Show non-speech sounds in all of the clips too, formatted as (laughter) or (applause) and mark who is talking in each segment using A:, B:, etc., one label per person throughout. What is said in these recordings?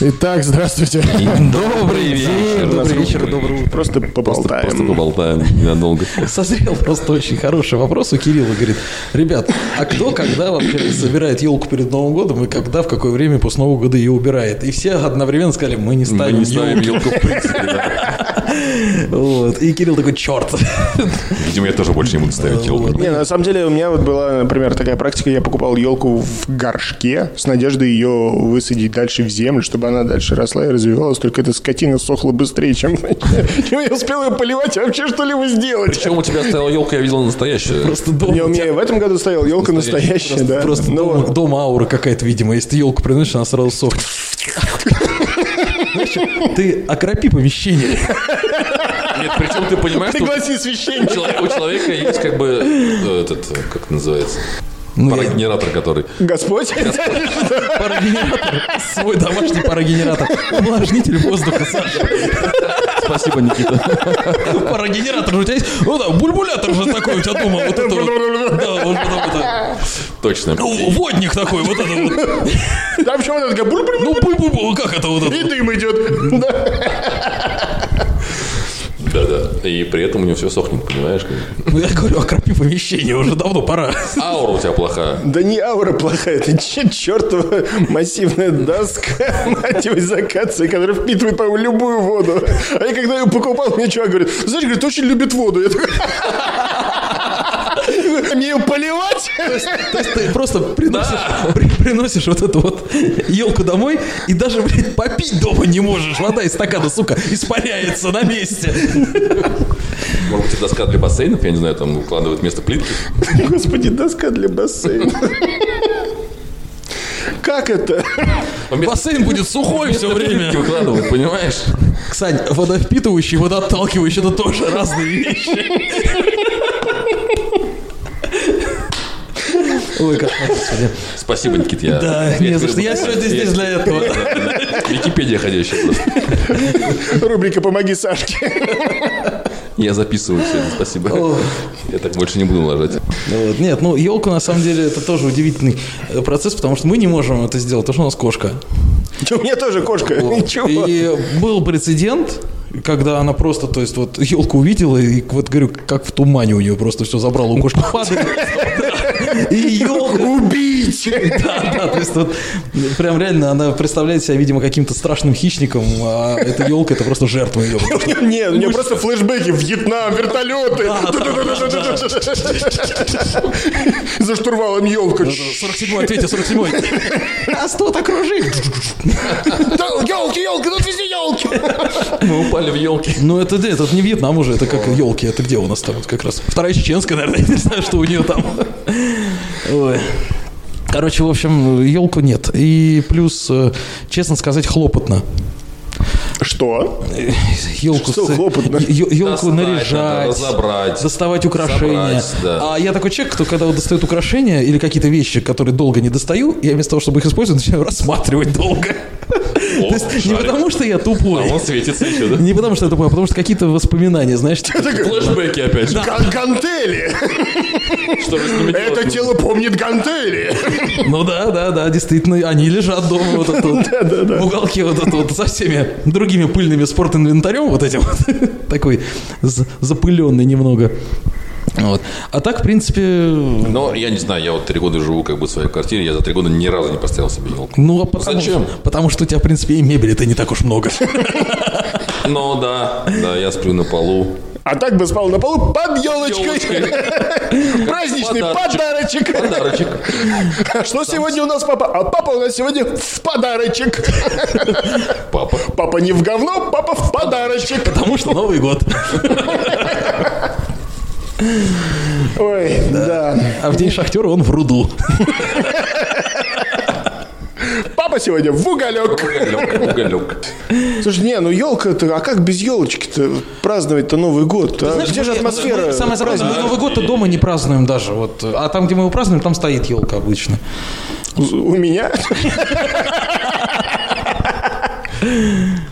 A: Итак, здравствуйте.
B: Добрый вечер.
C: Добрый вечер, доброе утро.
A: Просто
B: Просто,
C: Эм.
B: просто
A: поболтаем.
B: поболтаем
C: (laughs)
B: ненадолго.
C: Созрел просто очень хороший вопрос у Кирилла. Говорит, ребят, а кто когда вообще собирает елку перед Новым годом и когда, в какое время после Нового года ее убирает? И все одновременно сказали, мы не
B: Мы
C: ставим
B: не
C: елку».
B: ставим елку в принципе, да.
C: Вот. И Кирилл такой, черт.
B: Видимо, я тоже больше Э, не ну, буду ставить елку.
A: Не, на самом деле у меня вот была, например, такая практика, я покупал елку в горшке с надеждой ее высадить дальше в землю, чтобы она дальше росла и развивалась, только эта скотина сохла быстрее, чем, (laughs) чем я успел ее поливать и вообще что-либо сделать.
B: Причем у тебя стояла елка, я видел настоящую.
C: Просто дома.
A: Не, у меня и Э, в этом году стояла елка настоящая,
C: Просто,
A: да.
C: просто
A: Ну
C: дома,
A: вот.
C: дома аура какая-то, видимо. Если ты елку приносишь, она сразу
B: (laughs)
C: сохнет. Знаешь, что, ты окропи помещение.
B: Нет, причем ты понимаешь, что
A: Пригласи
B: у
A: священника.
B: чело- у человека есть как бы э, этот, э, как это называется,
C: Ну, я-
B: парогенератор, который...
A: Господь.
C: парогенератор. Свой домашний парогенератор. Увлажнитель воздуха, Саша.
B: Спасибо, Никита.
C: Парогенератор же у тебя есть. Ну да, бульбулятор же такой у тебя дома. Вот это вот. Да, вот это вот.
B: Точно.
C: Ну, водник такой, вот это вот.
A: Там почему она такая буль-буль,
C: Ну, бу-бу-бу, как это вот это?
A: и дым идет. Да.
B: Да-да. И при этом у него все сохнет, понимаешь? как бы.
C: Ну, я говорю, окропи помещение, уже давно пора.
B: Аура у тебя плохая.
A: Да не аура плохая, это че- чертова массивная доска, (laughs) мать его, из акации, которая впитывает, по любую воду. А я когда ее покупал, мне чувак говорит, знаешь, говорит, очень любит воду. Я такой, (laughs) мне ее поливать? (laughs)
C: То есть ты просто приносишь, при- приносишь вот эту вот елку домой и даже, блядь, попить дома не можешь. Вода из стакана, сука, испаряется на месте.
B: Может быть, это доска для бассейнов, я не знаю, там укладывают вместо плитки.
A: Господи, доска для бассейна. Как это?
C: Бассейн будет сухой все время.
B: Плитки выкладывают, понимаешь?
C: Ксань, водовпитывающий, водоотталкивающий, это тоже разные вещи. Ой, как хорошо сегодня.
B: Спасибо, Никит. Я,
C: Да, не за
B: теперь
C: что. Я
B: буду-
C: сегодня здесь для этого.
B: (laughs) Википедия ходящая просто.
A: Рубрика «Помоги Сашке». (laughs)
B: Я записываю сегодня, спасибо. Я так больше не буду налажать.
C: Ну вот, Нет, ну елку на самом деле это тоже удивительный э, процесс, потому что мы не можем это сделать, потому что у нас кошка.
A: У меня тоже кошка. Ничего.
C: И был прецедент, когда она просто, то есть, вот елку увидела, и вот говорю, как в тумане у нее просто все забрало, у кошки падает. (laughs) И елка.
A: Убить!
C: Да, да, то есть вот прям реально она представляет себя, видимо, каким-то страшным хищником, а эта елка это просто жертва ее.
A: (laughs) Нет, у меня просто флешбеки. Вьетнам, вертолеты. (laughs) За штурвалом елка.
C: 47-й, ответьте, 47-й. Нас тут окружили.
A: Елки, елки, тут везде елки.
B: Мы упали в елки.
C: Ну, это, да, это не Вьетнам уже, это как елки, это где у нас там вот как раз? Вторая чеченская, наверное, (laughs) я не знаю, что у нее там. Ой. Короче, в общем, елку нет. И плюс, э, честно сказать, хлопотно.
A: Что?
C: Э, Елку,
A: Что хлопотно?
C: елку
B: Достать,
C: наряжать,
B: надо разобрать,
C: доставать украшения.
B: собрать, да.
C: А я такой человек, кто когда вот достает украшения или какие-то вещи, которые долго не достаю, я вместо того, чтобы их использовать, начинаю рассматривать долго. То есть не
B: шарик.
C: потому, что я
B: А
C: тупой.
B: он светится еще, да?
C: Не потому, что я тупой, а потому, что какие-то воспоминания, знаешь, типа,
B: Флешбеки опять же.
A: Ган- Гантели.
B: Что же с ними делать?
A: Это тело помнит гантели.
C: Ну да, да, да, действительно, они лежат дома вот тут, вот, в уголке вот тут, вот, со всеми другими пыльными спортинвентарем вот этим вот, (laughs) такой з- запыленный немного. Вот. А так, в принципе,
B: Но я не знаю, я вот три года живу как бы в своей квартире, я за три года ни разу не поставил себе елку.
C: ну а потому,
B: Зачем?
C: что- потому что у тебя, в принципе, и мебели-то не так уж много. (laughs)
B: Ну да, да, я сплю на полу.
A: А так бы спал на полу под елочкой. (laughs) Праздничный
B: Подарочек.
A: подарочек.
B: Подарочек.
A: А Что сегодня у нас папа? А папа у нас сегодня в подарочек.
B: Папа.
A: Папа не в говно, папа в подарочек.
C: Потому что Новый год.
A: Ой, да.
C: А в день шахтера он в руду.
A: Папа сегодня в уголек.
B: Уголек, уголек.
A: Слушай, не, ну елка-то, а как без елочки-то праздновать-то Новый год? а?
C: Знаешь,
A: Где же
C: мы-
A: атмосфера?
C: мы- Ну, Самое забавное, мы
B: праздника?
C: Новый год-то дома не празднуем даже. Вот. А там, где мы его празднуем, там стоит елка обычно.
A: У меня? (laughs)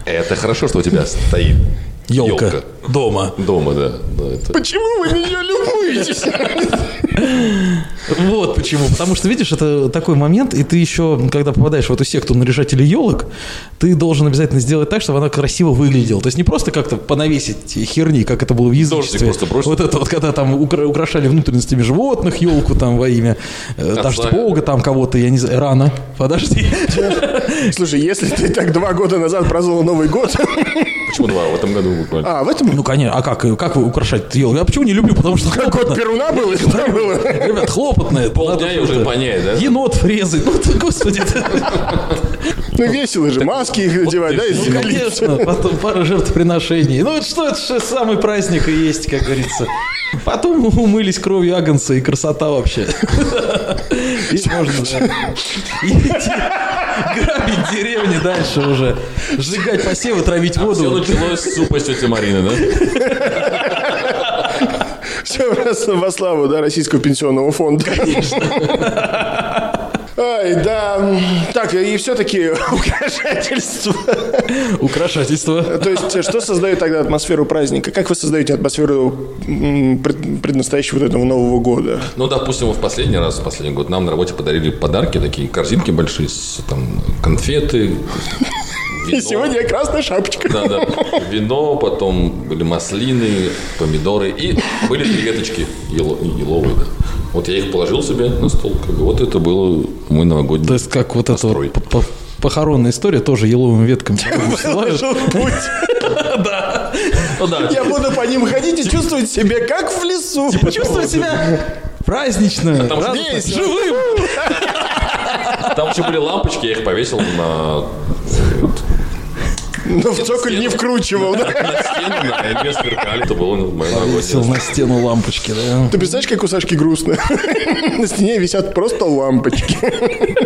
B: Это хорошо, что у тебя стоит
C: Елка.
B: Ёлка.
C: Дома.
B: дома, да. да это...
A: Почему вы меня любуетесь?
C: Вот почему. Потому что, видишь, это такой момент, и ты еще, когда попадаешь в эту секту наряжателей елок, ты должен обязательно сделать так, чтобы она красиво выглядела. То есть не просто как-то понавесить херни, как это было в язычестве.
B: просто бросить.
C: Вот это вот, когда там укра- украшали внутренностями животных елку там во имя э,
B: Отца.
C: дождь бога там кого-то, я не знаю, рано. Подожди. (laughs)
A: Слушай, если ты так два года назад праздновал Новый год... (laughs)
B: Почему два? В этом году буквально.
A: А, в этом...
C: Ну, конечно, а как, как вы украшать елку? Я почему не люблю, потому что
A: Как
C: хлопотно.
A: год Перуна был, или что было?
C: Ребят, хлопотно. это
B: Полдня
C: надо
B: и уже
C: это-
B: воняет, да?
C: Енот врезать. Ну, ты, господи. (laughs) ты-
A: Ну, весело же, маски их надевать, да, и
C: Ну, конечно, потом пара жертвоприношений. Ну, вот что это же самый праздник и есть, как говорится. Потом умылись кровью Агнца, и красота вообще. И можно, да. И идти грабить деревни дальше уже. Сжигать посевы, травить
B: Все
C: воду.
B: началось с супа с тети Марины, да?
A: Все раз во славу, да, Российского пенсионного фонда. (laughs) Ай, да. м, Так, и все-таки (laughs) украшательство.
C: Украшательство.
A: То есть, что создает тогда атмосферу праздника? Как вы создаете атмосферу м, пред- преднастоящего вот этого Нового года?
B: Ну, допустим, вот в последний раз, в последний год, нам на работе подарили подарки, такие корзинки большие, с, там, конфеты,
A: И
B: вино.
A: (laughs) сегодня я красная шапочка. (laughs)
B: Да, да. Вино, потом были маслины, помидоры и были три веточки ело- еловые. да. Вот я их положил себе на стол. как бы. Вот это было мой новогодний.
C: То есть, как вот эта
B: Настрой.
C: вот по- по- похоронная история, тоже еловыми ветками.
A: Проложил путь.
B: Ну да,
A: Я буду по ним ходить и чувствовать себя как в лесу.
C: Чувствовать себя празднично,
B: там же
C: радостно,
B: весело.
C: живым.
B: там еще были лампочки, я их повесил на,
A: Но в цоколь не вкручивал, да?
B: на стену, на две сверкали. Это было мое
C: Повесил
B: новогоднее.
C: на стену лампочки, да.
A: Ты представляешь, как у Сашки грустно? (laughs) На стене висят просто лампочки.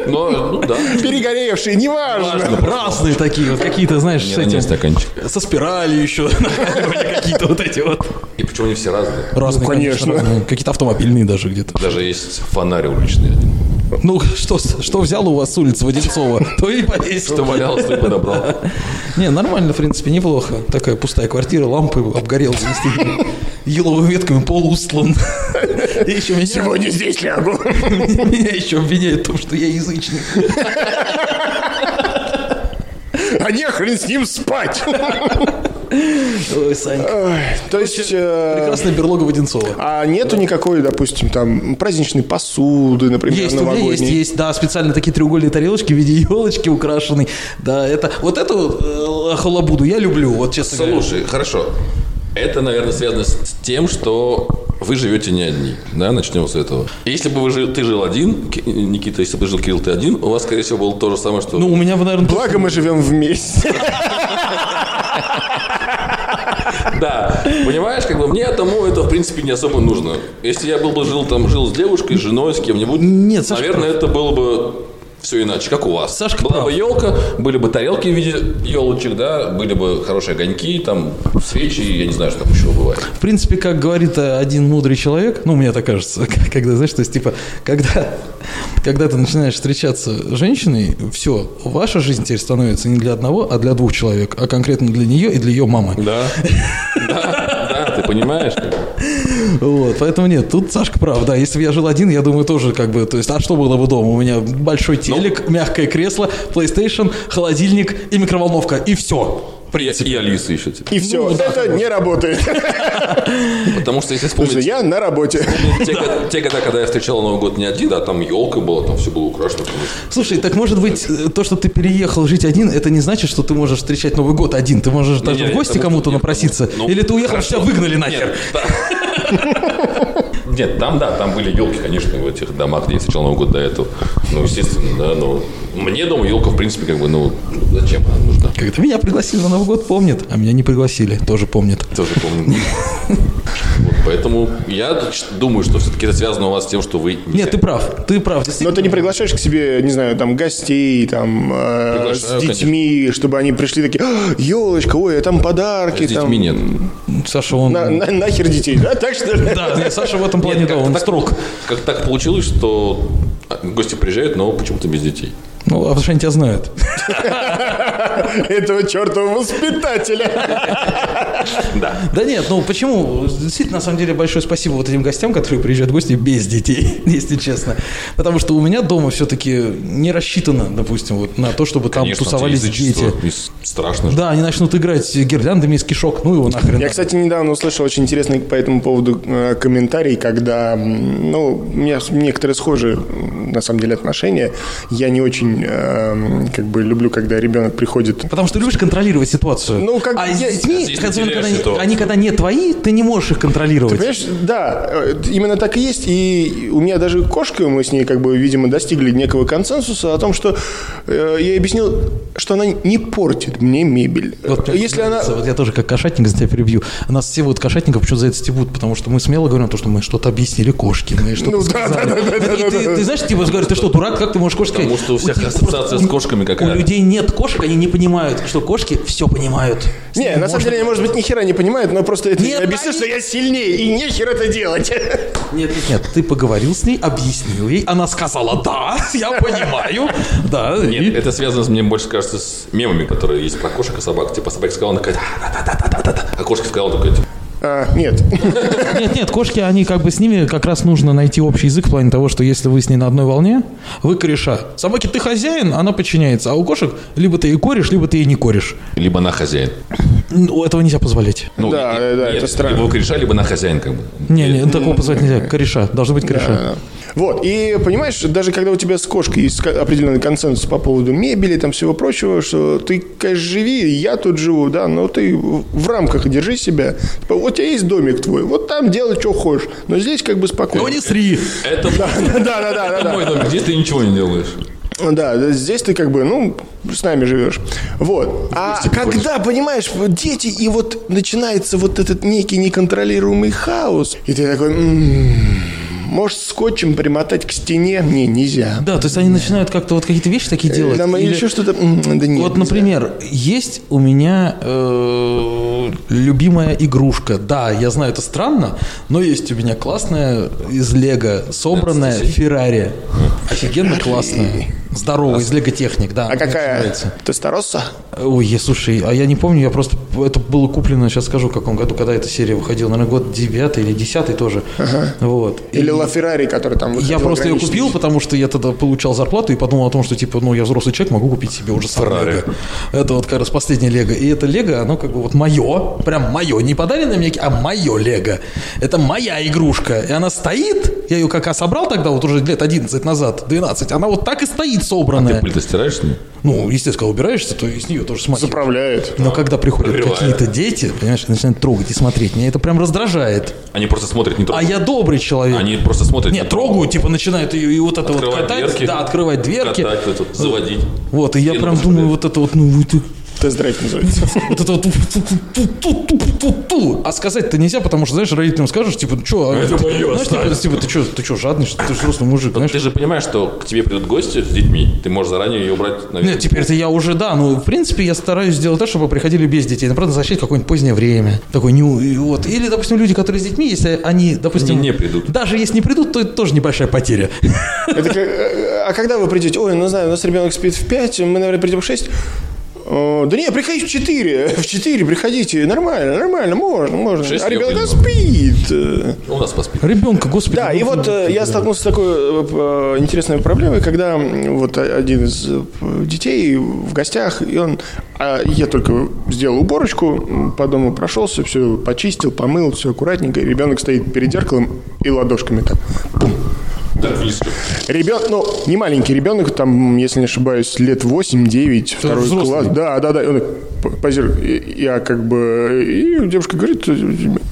B: Но, ну да.
A: (laughs) Перегоревшие, неважно.
C: Разные такие, вот какие-то, знаешь, с
B: Один
C: этим...
B: стаканчик.
C: Со спиралью (laughs) еще, какие-то вот эти вот.
B: И почему не все разные?
C: Разные,
A: конечно.
C: разные. Какие-то автомобильные даже где-то.
B: Даже есть фонарь уличный один.
C: Ну, что, с- что взял у вас с улицы Воденцова, (laughs) то и повесил.
B: Что валялось, ты подобрал.
C: Не, нормально, в принципе, неплохо. Такая пустая квартира, лампы обгорела, действительно. Еловыми ветками пол устлан. И еще меня,
A: Сегодня здесь (laughs) лягу.
C: меня еще обвиняют в том, что я язычник.
A: А не хрен с ним спать.
C: Ой, Санька.
A: (laughs) Ой, То есть... э,
C: Прекрасная берлога Воденцова.
A: А нету никакой, допустим, там праздничной посуды, например,
C: Есть, у меня
A: новогодней.
C: есть, есть, да, специально такие треугольные тарелочки в виде елочки украшены. Да, это, вот эту э, халабуду я люблю, вот честно говоря.
B: Слушай, хорошо. Это, наверное, связано с с тем, что вы живете не одни. Да, начнем с этого. Если бы вы жил, ты жил один, Ки- Никита, если бы жил Кирилл, ты один, у вас, скорее всего, было то же самое, что...
C: Ну, у меня, наверное,
A: Благо мы живем вместе. (laughs)
B: да. Понимаешь, как бы мне тому это, в принципе, не особо нужно. Если я был бы жил там, жил с девушкой, с женой, с кем-нибудь,
C: Нет, Сашка
B: наверное, это было бы все иначе, как у вас.
C: Сашка
B: Была
C: прав.
B: бы елка, были бы тарелки в виде елочек, да, были бы хорошие огоньки, там, свечи, я не знаю, что там еще бывает.
C: В принципе, как говорит э, один мудрый человек, ну, мне так кажется, (laughs) к- когда, знаешь, то есть, типа, когда, когда ты начинаешь встречаться с женщиной, все, ваша жизнь теперь становится не для одного, а для двух человек, а конкретно для нее и для ее мамы.
B: Да. Да, да, ты понимаешь? как бы.
C: Вот, поэтому нет, тут Сашка прав, да, если бы я жил один, я думаю, тоже как бы, то есть, а что было бы дома? У меня
B: Ну.
C: большой телек, мягкое кресло, PlayStation, холодильник и микроволновка, и все.
B: При- И Алиса еще. типа.
A: И все. Это не работает.
B: Потому что если
A: Потому что
B: вспомнить...
A: Я на работе.
B: Те, го- те года, когда я встречал Новый год не один, а там елка была, там все было украшено. конечно.
C: Слушай, так может быть, э, то, что ты переехал жить один, это не значит, что ты можешь встречать Новый год один. Ты можешь даже
B: Не-не,
C: в гости
B: потому что-
C: кому-то
B: нет,
C: напроситься.
B: потому- ну,
C: Или ты уехал,
B: хорошо.
C: тебя выгнали нахер.
B: Нет, да. Нет, там, да, там были елки, конечно, в этих домах, где я встречал Новый год до этого. Ну, естественно, да, но мне дома елка, в принципе, как бы, ну, зачем она нужна?
C: Когда меня пригласили на Новый год, помнит, а меня не пригласили, тоже помнит.
B: Тоже помню. Вот, Поэтому я думаю, что все-таки это связано у вас с тем, что вы...
C: Нет, ты прав, ты
B: Ну,
C: прав,
A: Но
C: действительно.
A: ты не приглашаешь к себе, не знаю, там, гостей, там, э, с
B: Приглашаю,
A: детьми, чтобы они пришли такие, елочка, ой, а там подарки.
B: С
A: там».
B: детьми нет.
C: Саша, он...
A: На- на- Нахер детей, да? Так что ли? (laughs)
C: Да, нет, Саша в этом плане,
B: Нет,
C: да,
B: как-то
C: он
B: так-
C: строг.
B: Как так получилось, что а, гости приезжают, но почему-то без детей.
C: Ну, а потому что они тебя знают.
A: Этого чертового воспитателя.
B: Да.
C: Да нет, ну почему? Действительно, на самом деле, большое спасибо вот этим гостям, которые приезжают в гости без детей, (laughs) если честно. Потому что у меня дома все-таки не рассчитано, допустим, вот на то, чтобы там
B: Конечно,
C: тусовались
B: язычество.
C: А дети.
B: И с- Страшно. же.
C: Да, они начнут играть гирляндами из кишок, ну его нахрен.
A: Я, кстати, недавно услышал очень интересный по этому поводу э, комментарий, когда, м, ну, у меня с- некоторые схожие, м, на самом деле, отношения. Я не очень, э, м, как бы, люблю, когда ребенок приходит...
C: Потому что ты любишь контролировать ситуацию.
A: Ну, как
C: а
A: я-
C: с детьми,
B: Здесь ты
C: когда-
B: теряешь
C: когда они-
B: ситуацию.
C: они когда не твои, ты не можешь их контролировать.
A: Понимаешь, да, э, именно так и есть. И у меня даже кошка, мы с ней, как бы, видимо, достигли некого консенсуса о том, что э, я ей объяснил, что она не портит мне мебель.
C: Вот мне
A: Если она...
C: нравится, Вот я тоже как кошатник за тебя перебью. Нас все вот кошатников почему за это стебут? Потому что мы смело говорим то, что мы что-то объяснили кошке, мы что-то
A: Ну да,
C: сказали.
A: да, да, да,
C: И
A: да,
C: ты,
A: да.
C: ты знаешь, типа говорят, ты что, дурак, как ты можешь кошке?
B: Потому что у всех
C: тебя
B: ассоциация
C: просто-
B: с кошками
C: У
B: какая.
C: людей нет кошек, они не понимают, что кошки все понимают. С
A: Не,
C: ними
A: на самом
C: можно-
A: деле, они, может быть, ни хера не понимают, но просто это
C: Нет,
A: объясню,
C: они-
A: что я сильнее, и нехер это делать. (laughs)
C: Нет, нет, нет, ты поговорил с ней, объяснил ей, она сказала, да, (laughs) я понимаю, да. и-
B: Нет, это связано, с- мне больше кажется, с мемами, которые есть про кошек и собак. Типа собака сказала, она такая, «Да-да-да-да-да-да-да». а кошка сказала такая, типа,
A: А, нет.
C: Нет, нет, кошки, они как бы с ними как раз нужно найти общий язык в плане того, что если вы с ней на одной волне, вы кореша. Собаки ты хозяин, она подчиняется, а у кошек либо ты ей кореш, либо ты ей не кореш.
B: либо на хозяин.
C: Ну, этого нельзя позволять.
B: Ну,
A: Да, да, да, это странно.
B: Либо кореша, либо на хозяин, как бы.
C: Не, не, такого позволять нельзя. Кореша, должны быть кореша.
A: Да. Вот, и понимаешь, даже когда у тебя с кошкой есть ка- определенный консенсус по поводу мебели, там всего прочего, что ты, конечно, живи, я тут живу, да, но ты в в рамках держи себя. Типа, вот у тебя есть домик твой, вот там делай, что хочешь, но здесь как бы спокойно.
C: Но не сри.
B: Это
A: Да, да, да, да, да.
B: мой домик, здесь ты ничего не делаешь.
A: Да, да, здесь ты как бы, ну, с нами живешь. Вот. А когда, понимаешь, вот дети, и вот начинается вот этот некий неконтролируемый хаос, и ты такой, «М, может, скотчем примотать к стене? Не, нельзя.
C: Да, то есть они начинают как-то вот какие-то вещи такие делать.
A: Там или
C: Или-
A: еще что-то. М, Да
C: Вот, ну,
A: Э, нет. не знаю.
C: например, есть у меня э, любимая игрушка. Да, я знаю, это странно, но есть у меня классная из Лего собранная
B: 15 тысяч.
C: Феррари. Офигенно классная. Здоровая, из Лего техник, да.
A: А
C: она мне очень
A: какая?
C: нравится.
A: Тестороса?
C: Ой, я- слушай, а я не помню, я просто... Это было куплено, сейчас скажу, в каком году, когда эта серия выходила. Наверное, год девятый или десятый тоже. Вот.
A: Или
C: И-
A: Ла Феррари, который там
C: я
A: выходил
C: просто ее
A: ограниченный?
C: купил, потому что я тогда получал зарплату и подумал о том, что типа, ну, я взрослый человек, могу купить себе уже сам
B: Феррари.
C: Лего. Это вот как раз последнее Лего. И это Лего, оно как бы вот мое, прям мое, не подаренное мне, а мое Лего. Это моя игрушка. И она стоит, я ее как а собрал тогда, вот уже лет 11 назад, 12, она вот так и стоит собранная.
B: Пыль-то стираешь с ним?
C: ну, естественно, когда убираешься, то и с нее тоже смахиваешь.
A: Заправляет.
C: Но когда приходят
B: Подогревает.
C: какие-то дети, понимаешь, начинают трогать и смотреть, меня это прям раздражает.
B: Они просто смотрят, не
C: А
B: трогают.
C: я добрый человек.
B: Они просто смотрят.
C: Нет, трогаю, типа начинают ее и вот это вот
B: Открывать
C: катать,
B: дверки.
C: да, открывать дверки.
B: Катать, вот это, заводить.
C: Вот, и я
B: Стену
C: прям
B: посмотреть.
C: думаю, вот это вот, ну, вот,
A: Тест-драйв называется.
C: (laughs) вот это вот ту-ту-ту-ту-ту-ту. А сказать-то нельзя, потому что, знаешь, родителям скажешь, типа, ну что,
B: Это моё,
C: знаешь, типа,
B: оставь.
C: типа, ты что, ты что, жадный, что ты же взрослый мужик, знаешь?
B: Ты же понимаешь, что к тебе придут гости с детьми, ты можешь заранее ее убрать наверх.
C: Нет, теперь-то я уже, да, ну, в принципе, я стараюсь сделать так, чтобы приходили без детей. Ну, Например, защитить какое-нибудь позднее время. Такой, ну, и вот. Или, допустим, люди, которые с детьми, если они, допустим...
B: Не- не придут.
C: Даже если не придут, то это тоже небольшая потеря. (laughs)
A: Это как, э, а когда вы придете? Ой, ну знаю, у нас ребенок спит в 5, мы, наверное, придем в 6. Да не, приходите в 4. (laughs) В 4 приходите. Нормально, нормально, можно, можно.
B: В шесть
A: А
B: я
A: ребенок
B: выйду.
A: спит. Э,
B: У нас поспит.
C: Ребенка, господи.
A: Да,
C: ну,
A: и вот э, я столкнулся с такой э, э, интересной проблемой, когда м, вот э, один из э, детей в гостях, и он, а я только сделал уборочку, м, по дому прошелся, все почистил, помыл, все аккуратненько, и ребенок стоит перед зеркалом и ладошками так.
B: Так близко.
A: Ребенок, ну, не маленький ребенок, там, если не ошибаюсь, лет 8-9, второй
C: взрослый.
A: класс. Да, да, да. И он так п- позирует. И Я как бы... И девушка говорит, «Э,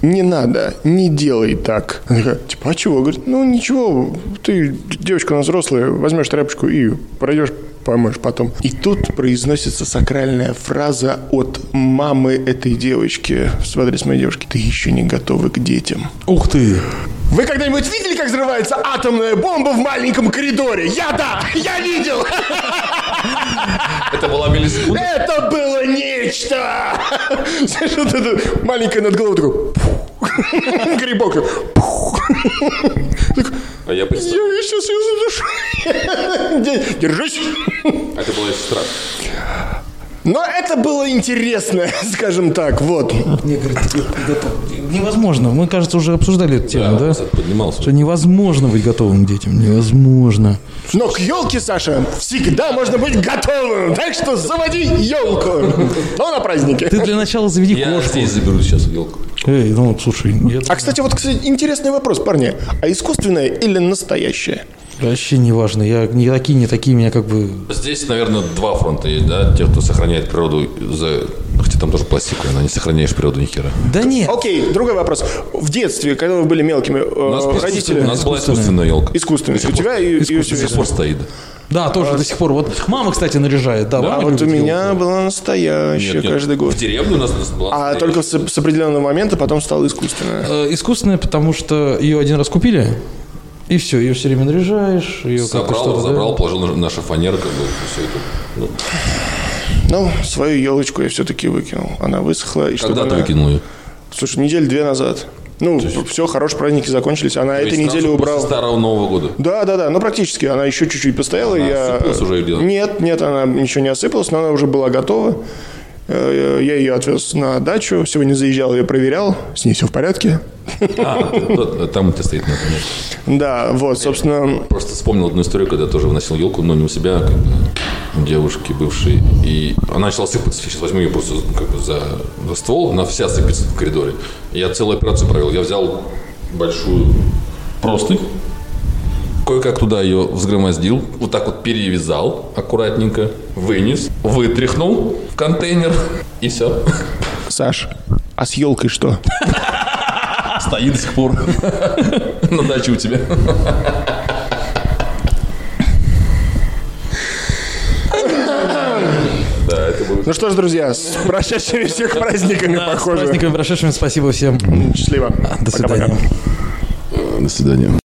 A: не надо, не делай так. Она такая, типа, а чего? Говорит, ну, ничего, ты, девочка у нас взрослая, возьмешь тряпочку и пройдешь помоешь потом. И тут произносится сакральная фраза от мамы этой девочки. Смотри, с моей девушки. Ты еще не готова к детям.
C: Ух ты.
A: Вы когда-нибудь видели, как взрывается атомная бомба в маленьком коридоре? Я да, я видел. (laughs)
B: Это
C: (laughs)
B: была миллисекунда.
A: Это было нечто. (laughs) Знаешь, вот это маленькое над головой такое. пух. (laughs) Грибок. пух. (laughs) Так,
B: А я
A: Я
B: представил.
A: сейчас (laughs) ее задушу. Де- Держись.
B: А Это была сестра.
A: Но это было интересно, (laughs) скажем так, вот.
C: Мне говорят, это невозможно. Мы, кажется, уже обсуждали эту тему, да?
B: Сад поднимался.
C: Что невозможно быть готовым к детям. Невозможно.
A: Но к елке, Саша, всегда можно быть готовым. Так что заводи елку. То на празднике.
C: Ты для начала заведи
B: Я
C: кошку.
B: здесь заберу сейчас елку.
C: Эй, ну, слушай, я
A: А, кстати, вот кстати, интересный вопрос, парни. А искусственное или настоящее?
C: вообще не важно. Я не такие, не такие, меня как бы...
B: Здесь, наверное, два фронта есть, да? Те, кто сохраняет природу за... Хотя там тоже пластиковая, но не сохраняешь природу ни хера.
C: Да нет.
A: Окей, другой вопрос. В детстве, когда вы были мелкими,
B: У нас,
A: э, родители...
B: у нас была искусственная елка.
A: Искусственные. У тебя и, и у
B: До
A: тебя-
B: сих пор стоит.
C: Да, тоже до сих пор. Вот мама, кстати, наряжает. Да,
A: А
C: мама
A: вот у
C: любит
A: меня
C: елку.
A: была настоящая
B: Нет, нет.
A: каждый год.
B: В деревне у нас была.
A: А только с, с определенного момента потом стало искусственное.
C: Э, Искусственная, потому что ее один раз купили, и все, ее все время наряжаешь. Ее
B: Собрал, забрал, положил на- на шифонер, как бы, все это. Ну,
A: Ну, свою елочку я все-таки выкинул. Она высохла. И чтобы
B: Когда ты
A: она-
B: выкинул ее?
A: Слушай, неделю две назад. Ну, все, хорошие праздники закончились. Она
B: Ведь
A: этой
B: сразу
A: неделе
B: после
A: убрала.
B: старого Нового
A: (laughs)
B: года.
A: Да, да, да, ну практически. Она еще чуть-чуть постояла. и я...
B: осыпалась уже или нет?
A: Нет, нет, она ничего не осыпалась, но она уже была готова. Э, Я ее отвез на дачу. Сегодня заезжал, ее проверял. С ней все в порядке.
B: А, тот- там у тебя стоит, например.
A: Да, вот, собственно,
B: Просто вспомнил одну историю, когда тоже выносил елку, но не у себя, а как бы у девушки бывшей. И она начала сыпаться. Сейчас возьму ее просто как бы за, за ствол, она вся сыпется в коридоре. Я целую операцию провел. Я взял большую простынь, кое-как туда ее взгромоздил, вот так вот перевязал аккуратненько, вынес, вытряхнул в контейнер и все.
A: Саш, а с елкой что?
B: (laughs) Стоит до сих пор. (laughs) На даче у тебя. Да, это было...
A: Ну что ж, друзья, с прошедшими всех праздниками,
C: С
A: похоже.
C: праздниками прошедшими, спасибо всем.
A: Счастливо.
C: До свидания.
B: До свидания.